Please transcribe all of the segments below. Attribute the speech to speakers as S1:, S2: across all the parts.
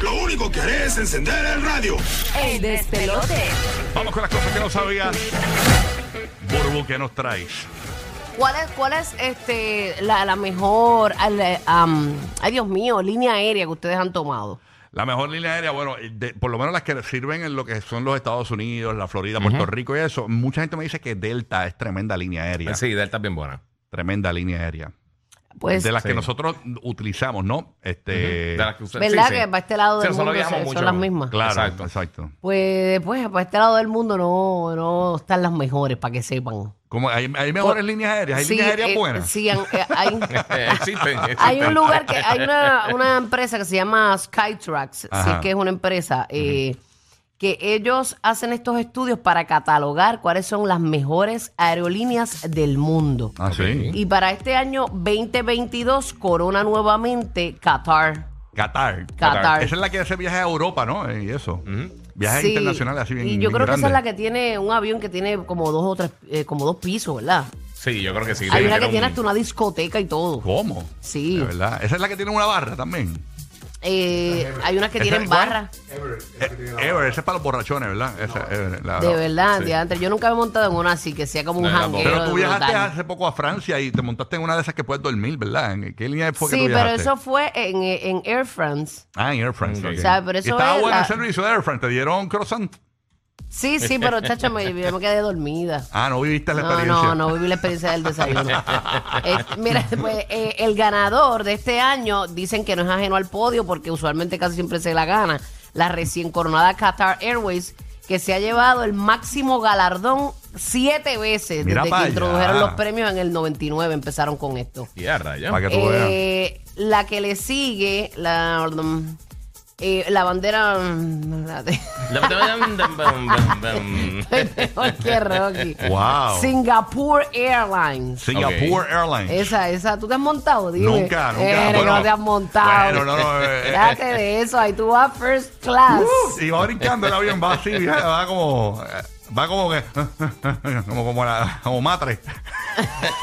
S1: Lo único que haré es encender el radio.
S2: El despelote.
S3: Vamos con las cosas que no sabías. Burbu, ¿qué nos traes?
S4: ¿Cuál es, cuál es este, la, la mejor, al- eh, am, ay Dios mío, línea aérea que ustedes han tomado?
S3: La mejor línea aérea, bueno, de- por lo menos las que sirven en lo que son los Estados Unidos, la Florida, Puerto Rico y eso. Mucha gente me dice que Delta es tremenda línea aérea.
S5: Pues Sí, Delta es bien buena.
S3: Tremenda línea aérea.
S4: Pues,
S3: de las que
S5: sí.
S3: nosotros utilizamos, ¿no? Este,
S5: De las que usted-
S4: ¿verdad
S5: sí, sí.
S4: que para este lado
S5: Sí,
S4: del
S5: nosotros
S4: mundo
S5: viajamos
S4: se-
S5: mucho.
S4: son las mismas?
S3: Claro, exacto.
S5: Exacto.
S4: Pues, pues para este lado del mundo no, no están las mejores, para que sepan.
S3: Como hay, hay mejores líneas aéreas, hay líneas aéreas
S4: Pues, eh,
S3: buenas.
S4: sí, han- eh, hay,
S5: Existen,
S4: hay un
S5: existen.
S4: lugar que, hay una, una empresa que se llama Skytrax, sí
S3: Ajá.
S4: que es una empresa eh, que ellos hacen estos estudios para catalogar cuáles son las mejores aerolíneas del mundo.
S3: Ah, sí.
S4: Y para este año 2022 corona nuevamente Qatar.
S3: Qatar.
S4: Qatar.
S3: Esa es la que hace viajes a Europa, ¿no? Eh, Y eso. Viajes
S4: Sí.
S3: internacionales así bien
S4: Y yo
S3: bien
S4: creo que esa es la
S3: grandes.
S4: que tiene un avión que tiene como dos o tres, eh, como dos pisos, ¿verdad?
S5: Sí, yo creo que sí.
S4: Hay una que
S5: un-
S4: tiene hasta una discoteca y todo.
S3: ¿Cómo?
S4: Sí.
S3: De verdad. Esa es la que tiene una barra también.
S4: Eh, hay unas que
S3: ¿Esa
S4: tienen
S3: es cuál?
S4: barra.
S3: Eh, Ever, esa es para los borrachones, ¿verdad? Esa, Ever, la-
S4: De
S3: la-
S4: verdad,
S5: sí.
S4: diantre. Yo nunca me he montado en una así que sea como un
S5: No, yo tampoco.
S4: jangueo.
S3: Pero tú
S4: de
S3: viajaste
S4: brutal.
S3: hace poco a Francia y te montaste en una de esas que puedes dormir, ¿verdad? ¿En qué línea fue que
S4: Sí,
S3: tú
S4: pero
S3: viajaste?
S4: eso fue en, en Air France.
S3: Ah, en Air France.
S5: Ok.
S3: ok.
S5: O
S4: sea, pero eso
S3: Estaba
S4: es
S3: bueno
S4: la-
S3: el servicio de Air France. Te dieron croissant.
S4: Sí, sí, pero chacho, me, yo me quedé dormida.
S3: Ah, no viviste la
S4: No,
S3: experiencia.
S4: no, no viví la experiencia del desayuno. Eh, mira, pues eh, el ganador de este año dicen que no es ajeno al podio porque usualmente casi siempre se la gana. La recién coronada Qatar Airways que se ha llevado el máximo galardón siete veces
S3: Mira
S4: desde
S3: pa'
S4: que
S3: allá.
S4: introdujeron los premios en el 99. Empezaron con esto.
S5: Y a rayos.
S3: Para que tú veas.
S4: Eh, la que le sigue, la, mm, eh, la bandera... mm, la de- Peor que Rocky.
S3: Wow.
S4: Singapore Airlines.
S3: Singapore Airlines.
S4: Esa, esa, ¿tú te has montado? Dime.
S3: Nunca, nunca.
S4: Eh,
S3: Bueno,
S4: no te has montado.
S3: Bueno, no, no. eh, eh,
S4: Déjate de eso, ahí tú vas first class.
S3: Uh, y va brincando el avión, va así, va, va como. eh, Va como que. Como, como, la- como matre.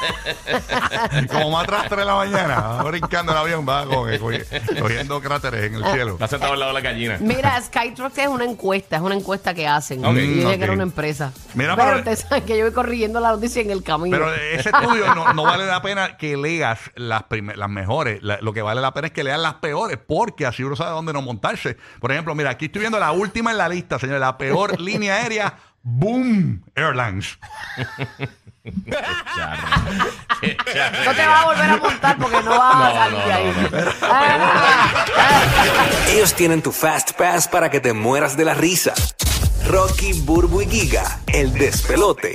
S3: como matras 3 de la mañana. Va brincando el avión, va como que cogi- cogiendo cráteres en el cielo.
S5: Está sentado al lado de la gallina.
S4: Mira, Skytrax es una encuesta, es una encuesta que hacen.
S5: Ok,
S4: y dije
S3: ok.
S4: que era una empresa.
S3: Mira,
S4: pero
S3: pero-
S4: ustedes saben que yo voy corriendo la noticia en el camino.
S3: Pero ese estudio no, no vale la pena que leas las, prime- las mejores. La- lo que vale la pena es que leas las peores, porque así uno sabe dónde no montarse. Por ejemplo, mira, aquí estoy viendo la última en la lista, señores. La peor línea aérea, Boom Airlines.
S4: no te vas a
S3: eh,
S4: volver a montar porque no vas a
S5: No,
S4: salir
S5: no,
S4: de ahí.
S5: no, no.
S4: Ah.
S6: Ellos tienen tu Fast Pass para que te mueras de la risa. Rocky, Burbu y Giga, el despelote.